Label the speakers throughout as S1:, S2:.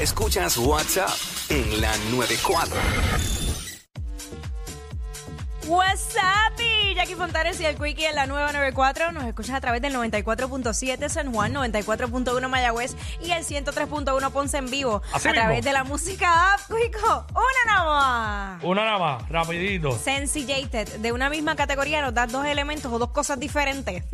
S1: Escuchas WhatsApp en la 94.
S2: What's up, y Jackie Fontanes y el Quickie en la nueva 94. Nos escuchas a través del 94.7 San Juan, 94.1 Mayagüez y el 103.1 Ponce en vivo.
S3: Así
S2: a
S3: mismo.
S2: través de la música app, Quico. Una nada más.
S3: Una nada más, rapidito.
S2: Sensijated, de una misma categoría nos das dos elementos o dos cosas diferentes.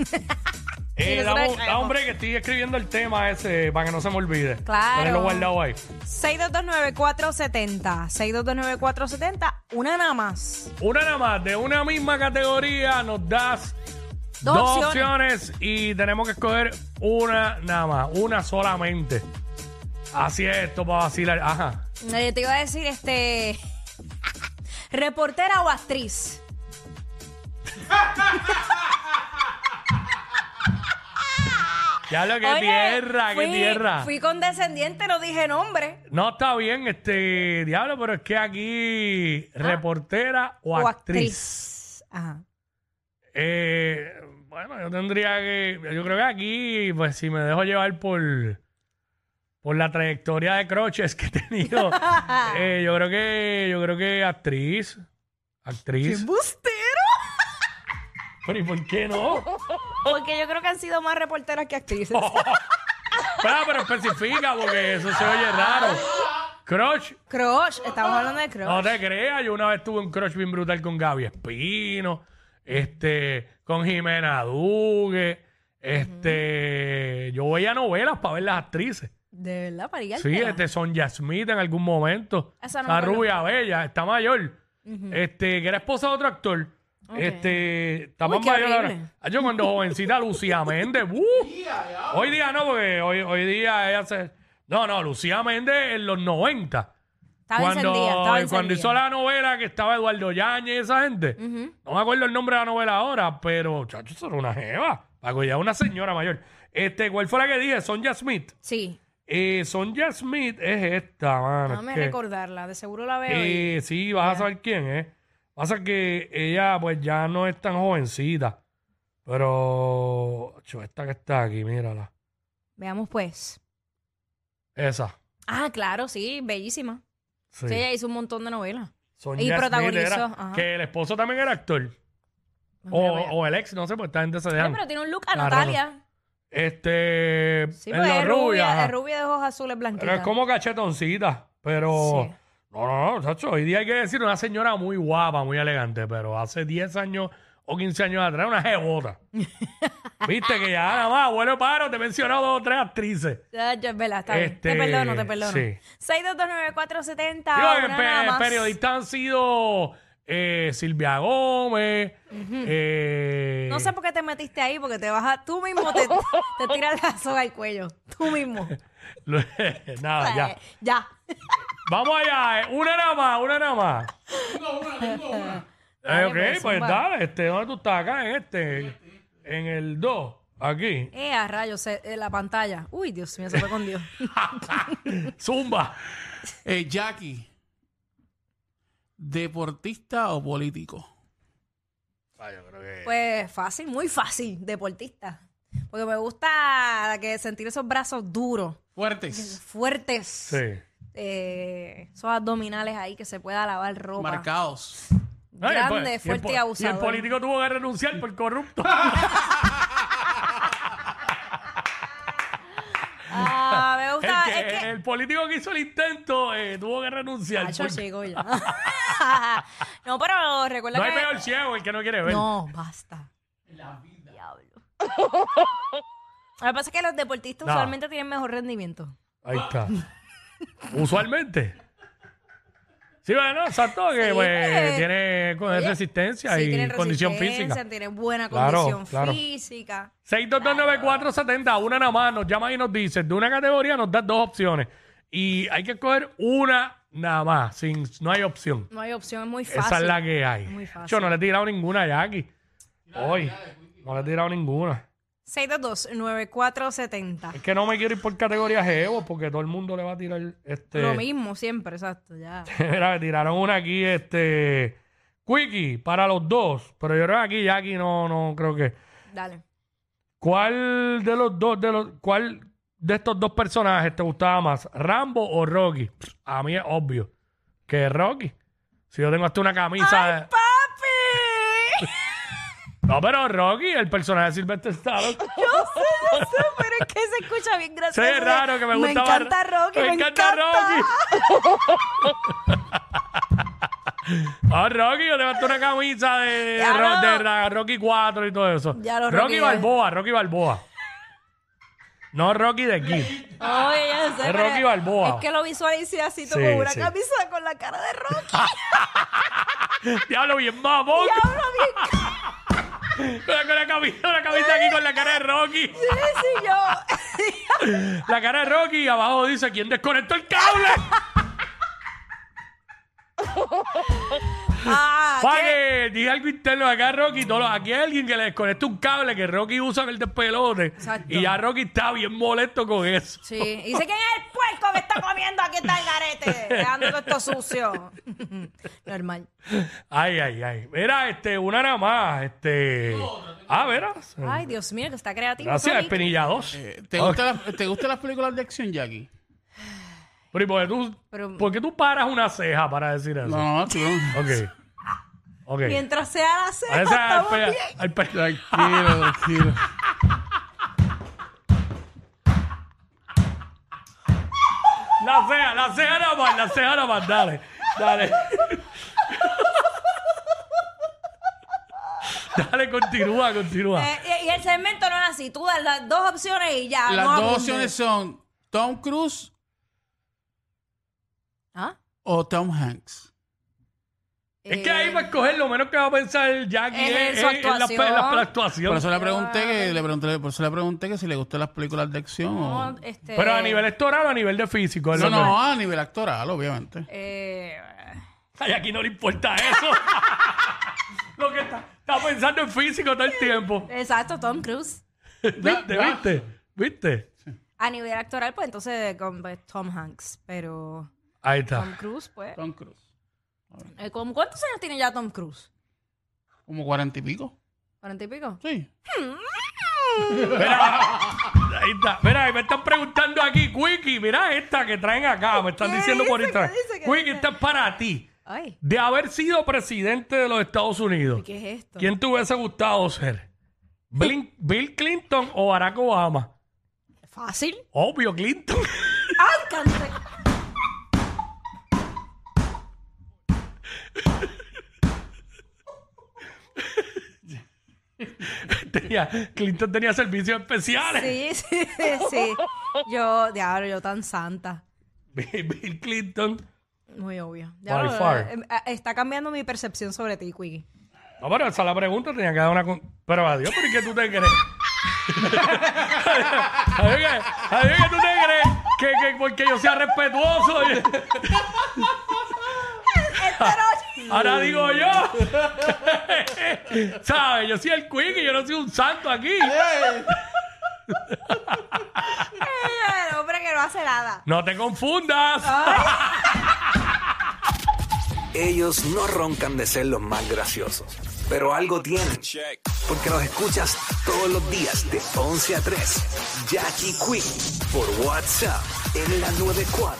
S3: Eh,
S2: nosotros
S3: dame,
S2: acabamos.
S3: dame un break, estoy escribiendo el tema ese para que no se me olvide.
S2: Claro.
S3: Tenerlo guardado ahí.
S2: 6229470, 6229470, una nada más.
S3: Una nada más, de una misma categoría nos das
S2: Dos
S3: opciones. y tenemos que escoger una nada más, una solamente. Así es esto para vacilar. Ajá.
S2: Eh, te iba a decir, este. Reportera o actriz.
S3: Ya lo que
S2: Oye,
S3: tierra, que
S2: fui-
S3: tierra.
S2: Fui condescendiente, no dije nombre.
S3: No está bien, este diablo, pero es que aquí reportera o,
S2: Ah. o actriz.
S3: actriz.
S2: Ajá.
S3: Eh, bueno, yo tendría que. Yo creo que aquí, pues si me dejo llevar por, por la trayectoria de croches que he tenido, eh, yo creo que. Yo creo que actriz. Actriz.
S2: ¡Bustero!
S3: Pero ¿y por qué no?
S2: Porque yo creo que han sido más reporteras que actrices.
S3: Oh. Espera, pero especifica, porque eso se oye raro. Crush,
S2: Crush, estamos hablando de crush.
S3: no te creas, yo una vez tuve un crush bien brutal con Gaby Espino, este, con Jimena Duque, este, yo veía novelas para ver las actrices.
S2: De verdad, para
S3: Sí, este son Smith en algún momento.
S2: Esa
S3: Esa
S2: no me acuerdo.
S3: rubia bella, está mayor. Este, que era esposa de otro actor. Este, está
S2: Uy,
S3: más
S2: qué
S3: mayor ahora.
S2: horrible.
S3: Ah, Yo cuando jovencita Lucía Méndez. ¡uh! hoy día no, porque hoy, hoy día ella se. No, no, Lucía Méndez en los 90.
S2: Estaba
S3: cuando
S2: encendida, estaba
S3: cuando
S2: encendida.
S3: hizo la novela que estaba Eduardo Yañez y esa gente. No me acuerdo el nombre de la novela ahora, pero, chacho, eso era una jeva. Para cuidar a una señora mayor. Este, ¿cuál fue la que dije? Sonja Smith.
S2: Sí,
S3: Eh, Sonja Smith es esta, mano.
S2: déjame
S3: es que-
S2: recordarla, de seguro la veo. y-
S3: eh, sí, vas a saber quién es. Pasa que ella, pues ya no es tan jovencita. Pero. Cho, esta que está aquí, mírala.
S2: Veamos pues.
S3: Esa.
S2: Ah, claro, sí, bellísima.
S3: Sí.
S2: Sí, ella hizo un montón de novelas.
S3: Sonja
S2: y
S3: Smith
S2: protagonizó,
S3: era-
S2: ajá.
S3: que el esposo también era actor. O,
S2: Mira, vea.
S3: o el ex, no sé, pues esta gente se
S2: Ay,
S3: dejan.
S2: pero tiene un look a
S3: Claro.
S2: Natalia.
S3: Este.
S2: Sí,
S3: en
S2: pues
S3: Ah, la
S2: es
S3: rubia.
S2: rubia,
S3: ajá.
S2: es rubia de ojos azules
S3: Pero
S2: blanquitas.
S3: es como cachetoncita. Pero.
S2: Sí.
S3: No, no, no, chacho. Hoy día hay que decir una señora muy guapa, muy elegante. Pero hace 10 años o 15 años atrás, una jebota. Viste que ya nada más, bueno, paro, te he mencionado dos o tres actrices.
S2: Ah, yo- es verdad, está bien.
S3: Este,
S2: Te perdono, te perdono.
S3: sí.
S2: 6229470.
S3: Digo que
S2: una
S3: pe-
S2: nada más.
S3: periodistas han sido eh, Silvia Gómez. eh,
S2: No sé por qué te metiste ahí, porque te vas a. Tú mismo te, te tiras la soga al cuello. Tú mismo.
S3: Nada, Ah, ya.
S2: Eh, ya.
S3: Vamos allá, eh, una nada más, una nada más. Eh,
S2: Dale,
S3: ok,
S2: pues,
S3: pues,
S2: zumba.
S3: dale, este, ¿dónde tú estás? Acá, en este, en el 2, aquí.
S2: Eh, a rayos, eh, eh, la pantalla. Uy, Dios mío, se fue con Dios.
S3: Zumba.
S4: Eh, Jackie, ¿deportista o político?
S2: Pues fácil, muy fácil, deportista. Porque me gusta la que sentir esos brazos duros,
S4: Fuertes,
S2: fuertes.
S3: Sí.
S2: eh, esos abdominales ahí que se pueda lavar ropa.
S4: marcados.
S3: Ay,
S2: Grande,
S3: pues,
S2: fuerte
S3: y
S2: y,
S3: el po-
S2: abusador.
S3: Y el político tuvo que renunciar por corrupto.
S2: Ah, me
S3: el,
S2: gusta.
S3: que-
S2: es que-
S3: el político que hizo el intento eh, tuvo que renunciar.
S2: Nacho
S3: porque-
S2: llegó ya. no, pero recuerda
S3: no
S2: que.
S3: hay peor ciego el que no quiere ver.
S2: No, basta. Diablo. Lo que pasa es que los deportistas
S3: No.
S2: usualmente tienen mejor rendimiento.
S3: Ahí está. Usualmente. Sí, bueno, exacto, que
S2: Sí,
S3: pues,
S2: eh,
S3: tiene con-
S2: oye,
S3: resistencia
S2: Sí,
S3: y
S2: tienen
S3: condición
S2: resistencia,
S3: física.
S2: Tienen buena
S3: Claro,
S2: condición
S3: claro.
S2: física.
S3: 6229470, una nada más, nos llama y nos dice, de una categoría nos das dos opciones y hay que escoger una nada más, sin, no hay opción.
S2: No hay opción, es muy fácil.
S3: Esa es la que hay.
S2: Muy fácil.
S3: Yo no le he tirado ninguna a Jackie. Hoy, no le he tirado ninguna.
S2: 622-9470.
S3: Es que no me quiero ir por categorías Evo porque todo el mundo le va a tirar este...
S2: Lo mismo siempre, exacto, ya.
S3: Mira, me tiraron una aquí, este. Quickie, para los dos. Pero yo creo que aquí, Jackie, no, no creo que.
S2: Dale.
S3: ¿Cuál de los dos, de los, cuál de estos dos personajes te gustaba más? ¿Rambo o Rocky? A mí es obvio que es Rocky. Si yo tengo hasta una camisa. de-
S2: ¡Papi!
S3: No, pero Rocky, el personaje de Sylvester Stallone.
S2: Yo sé, yo sé, pero es que se escucha bien
S3: Sí,
S2: gracioso.
S3: es raro que me gusta
S2: Me encanta Rocky, me, encanta.
S3: Rocky. Ah, Rocky, yo te gasté una camisa de, de
S2: Ya
S3: Ro-
S2: no.
S3: de Ra- Rocky 4 y todo eso.
S2: Ya lo
S3: Rocky
S2: Rocky,
S3: Balboa, Rocky Balboa. No Rocky de aquí.
S2: Oye, ya sé,
S3: Es
S2: pero
S3: Rocky Balboa.
S2: Es que lo visualicé así, tú
S3: Sí,
S2: con una
S3: sí. Ah,
S2: camisa con la cara de Rocky.
S3: Diablo, bien mamón.
S2: Ya hablo bien.
S3: Con la camisa, la camisa aquí con la cara de Rocky.
S2: Sí, sí, yo.
S3: La cara de Rocky y abajo dice, ¿quién desconectó el cable?
S2: Ah, ¿qué?
S3: Pague, eh, dije algo interno acá, Rocky. Todos los- aquí hay alguien que le desconecta un cable que Rocky usa en el despelote.
S2: Exacto.
S3: Y ya Rocky está bien molesto con eso.
S2: Sí, y dice quién es el puerco que está comiendo aquí está el garete, dejando todo esto sucio. Normal.
S3: Ay, ay, ay. Mira, este, una nada más. Este. Ah, verás.
S2: Ay, Dios mío, que está creativo.
S3: Gracias,
S2: Sonic.
S3: Espinilla 2.
S4: Eh, ¿Te, gustan las- ¿Te gustan las películas de acción, Jackie?
S3: Pero, ¿y por qué tú,
S2: Pero-
S3: por qué tú paras una ceja para decir eso?
S4: No, no, tú no.
S3: Ok. Ok.
S2: Mientras sea la cena,
S3: Parece al
S2: estamos
S3: pe-
S2: bien.
S3: al pe-
S4: Tranquilo, tranquilo.
S3: La ceja, la ceja nada más, la ceja nada más. Dale, dale. dale, continúa, continúa.
S2: Eh, y, y el segmento no es así. Tú das las dos opciones y ya.
S4: Las
S2: no
S4: dos
S2: abundes.
S4: opciones son Tom Cruise
S2: ¿Ah?
S4: o Tom Hanks.
S3: Es
S2: Eh,
S3: que ahí va a escoger lo menos que va a pensar Jackie
S2: en
S3: es-
S2: su
S3: es- en la, pe-
S2: actuación.
S3: la- la
S4: Por
S3: actuación.
S4: eso le pregunté que le pregunté, por eso le pregunté que si le gustan las películas de acción. o-
S2: no, este,
S3: Pero a nivel estoral o a nivel de físico. es
S4: No,
S3: lo que-
S4: no, a nivel actoral, obviamente.
S2: eh,
S3: Ay, aquí no le importa eso. lo que está, está pensando en físico todo el tiempo.
S2: exacto, Tom Cruise.
S3: ¿Viste? ¿Viste? ¿Viste?
S2: A nivel actoral, pues entonces con, pues, Tom Hanks. Pero
S3: Ahí
S2: Tom
S3: está.
S2: Cruise, pues.
S4: Tom Cruise.
S2: eh, ¿con ¿Cuántos años tiene ya Tom Cruise?
S4: Como cuarenta y pico.
S2: ¿Cuarenta y pico?
S4: Sí.
S3: Ahí está. Mira, me están preguntando aquí, Quickie, mira esta que traen acá, me están
S2: ¿Qué
S3: diciendo por
S2: dice? ¿Qué
S3: Instagram.
S2: dice? ¿Qué
S3: Quickie,
S2: dice?
S3: esta es para ti.
S2: Ay,
S3: De haber sido presidente de los Estados Unidos,
S2: ¿qué es esto?
S3: ¿quién te hubiese gustado ser? Blin- ¿Bill Clinton o Barack Obama?
S2: ¿Fácil?
S3: Obvio, Clinton.
S2: ¡Ay, canté!
S3: Tenía- Clinton tenía servicios especiales.
S2: Sí, sí, sí. Yo, diablo, yo tan santa.
S3: Bill Clinton.
S2: Muy obvio.
S3: By
S2: lo-
S3: far.
S2: eh, eh, Está cambiando mi percepción sobre ti, Quiggy.
S3: No, pero esa es la pregunta, tenía que dar una... con- Pero adiós, ¿por qué tú te crees? adiós, que, adiós que tú te crees que, que porque yo sea respetuoso.
S2: Este
S3: Ahora digo yo. ¿Sabes? Yo soy el quick y yo no soy un santo aquí.
S2: El hombre que no hace nada.
S3: No te confundas.
S1: Ellos no roncan de ser los más graciosos, pero algo tienen. Porque los escuchas todos los días de 11 a 3. Jackie Quick por WhatsApp en la 94.